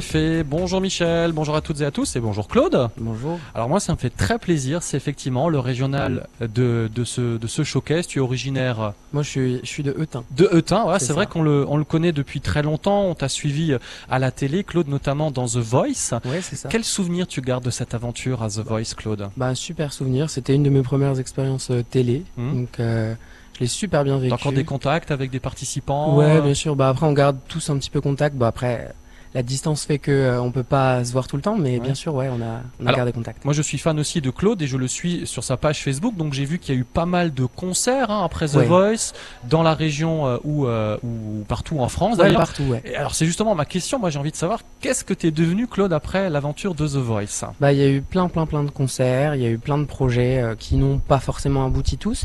effet, bonjour Michel, bonjour à toutes et à tous et bonjour Claude. Bonjour. Alors moi ça me fait très plaisir, c'est effectivement le régional de, de, ce, de ce showcase. Tu es originaire Moi, je suis, je suis de Eutin. de Eutin, voilà, C'est c'est vrai ça. qu'on le, on le connaît depuis très longtemps, on t'a suivi à la télé, Claude notamment dans The Voice. Ouais, c'est ça. Quel souvenir tu gardes de cette aventure à The Voice, Claude Bah, super souvenir. C'était une de mes premières expériences euh, télé. Hmm. Donc, euh, je l'ai super bien vécu. T'as encore des contacts avec des participants Ouais, euh, bien sûr. Bah, après, on garde tous un petit peu contact. Bah, après, euh, la distance fait que euh, on peut pas se voir tout le temps, mais Ouais. bien sûr, ouais, on a, on a Alors- gardé contact. Moi, je suis fan aussi de Claude et je le suis sur sa page Facebook. Donc, j'ai vu qu'il y a eu pas mal de concerts hein, après The Ouais. Voice dans la région euh, ou euh, ou partout en France. Ouais, D'ailleurs, partout, ouais. Et alors, c'est justement ma question. Moi, j'ai envie de savoir qu'est-ce que t'es devenu, Claude, après l'aventure de The Voice. Bah, il y a eu plein, plein, plein de concerts, il y a eu plein de projets euh, qui n'ont pas forcément abouti tous.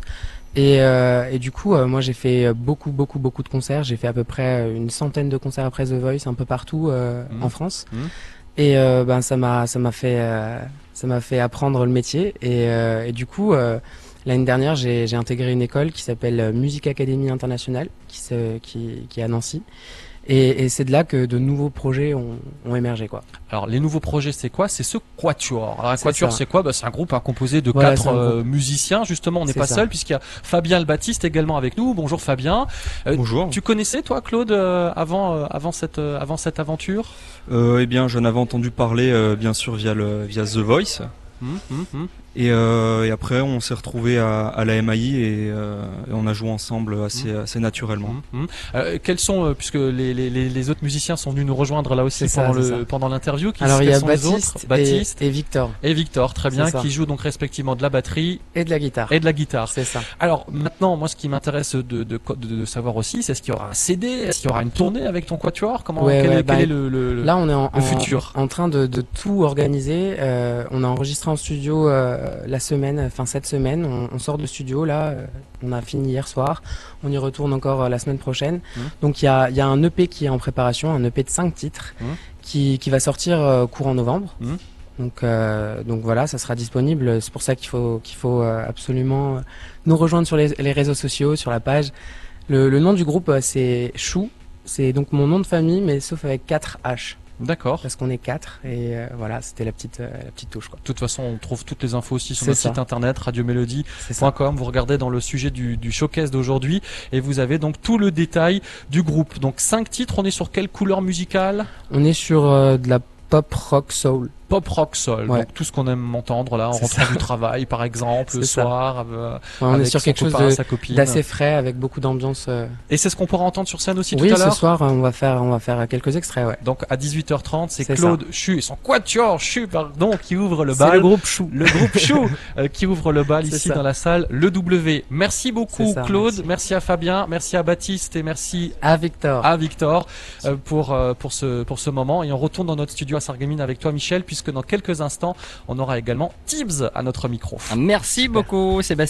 Et, euh, et du coup, euh, moi, j'ai fait euh, beaucoup, beaucoup, beaucoup de concerts. J'ai fait à peu près euh, une centaine de concerts après The Voice, un peu partout euh, Mhm. en France. Mhm. Et euh, ben, ça m'a, ça m'a fait, euh, ça m'a fait apprendre le métier. Et, euh, et du coup, euh, l'année dernière, j'ai, j'ai intégré une école qui s'appelle euh, Music Academy International, qui, se, qui, qui est à Nancy. Et, et c'est de là que de nouveaux projets ont, ont émergé, quoi. Alors, les nouveaux projets, c'est quoi C'est ce quatuor. Alors, un C'est quatuor, ça. c'est quoi Bah, C'est un groupe hein, composé de Voilà, quatre c'est un euh, musiciens. Justement, on n'est C'est pas ça. seul puisqu'il y a Fabien le Baptiste également avec nous. Bonjour Fabien. Euh, Bonjour. Tu connaissais toi, Claude, euh, avant euh, avant cette euh, avant cette aventure Euh, eh bien, j'en avais entendu parler, euh, bien sûr, via, le, via The Voice. Hum, hum, hum. Et, euh, et après, on s'est retrouvés à, à la MAI et, euh, et on a joué ensemble assez, assez naturellement. Mhm, mhm. Euh, quels sont, euh, puisque les, les, les- les autres musiciens sont venus nous rejoindre là aussi C'est ça, pendant, c'est le, ça. pendant l'interview, qui Alors, il y quels a sont les Baptiste, autres Baptiste et- et Victor. et Victor, très bien, C'est ça. qui jouent donc respectivement de la batterie Et de la guitare. et de la guitare. C'est ça. Alors maintenant, moi ce qui m'intéresse de, de, de, de savoir aussi, c'est est-ce qu'il y aura un CD, est-ce qu'il y aura une tournée avec ton quatuor Comment, Ouais, quel, ouais, est, bah, quel est le... le- le- Là, on est en, Le en- futur. en train de, de tout organiser. Euh, on a enregistré en studio euh, la semaine, enfin cette semaine. On, on sort de studio là. euh, on a fini hier soir. On y retourne encore euh, la semaine prochaine. Mhm. Donc il y a, il y a un EP qui est en préparation, un EP de 5 titres, Mhm. qui, qui va sortir euh, courant novembre. Mhm. Donc, euh, donc voilà, ça sera disponible. C'est pour ça qu'il faut, qu'il faut euh, absolument euh, nous rejoindre sur les, les réseaux sociaux, sur la page. Le, le nom du groupe, euh, c'est Chou. C'est donc mon nom de famille, mais sauf avec 4 H D'accord. parce qu'on est quatre et euh, voilà c'était la petite euh, la petite touche quoi De toute façon, on trouve toutes les infos aussi sur C'est notre ça. site internet, Radio Mélodie. c'est ça Com, vous regardez dans le sujet du, du showcase d'aujourd'hui et vous avez donc tout le détail du groupe. Donc cinq titres, on est sur quelle couleur musicale on est sur euh, de la pop rock soul Pop rock soul, Ouais. donc tout ce qu'on aime entendre là, on C'est reprend du travail par exemple le C'est ça. soir, euh, Ouais, on avec est sur son quelque chose copain, de- sa copine. d'assez frais avec beaucoup d'ambiance euh. Et c'est ce qu'on pourra entendre sur scène aussi oui tout à ce l'heure. soir euh, on va faire on va faire quelques extraits ouais Donc à 18h30, c'est C'est Claude Chu et son quatuor Chu pardon qui ouvre le C'est bal. groupe chou Le groupe Chou euh, qui ouvre le bal C'est ici ça. dans la salle Le W. Merci beaucoup C'est ça, Claude, merci. merci à Fabien, merci à Baptiste et merci à Victor à Ah, Victor euh, pour, euh, pour, ce, pour ce moment. Et on retourne dans notre studio à Sarreguemines avec toi, Michel, puisque dans quelques instants, on aura également Tibbs à notre micro. Merci beaucoup, Sébastien.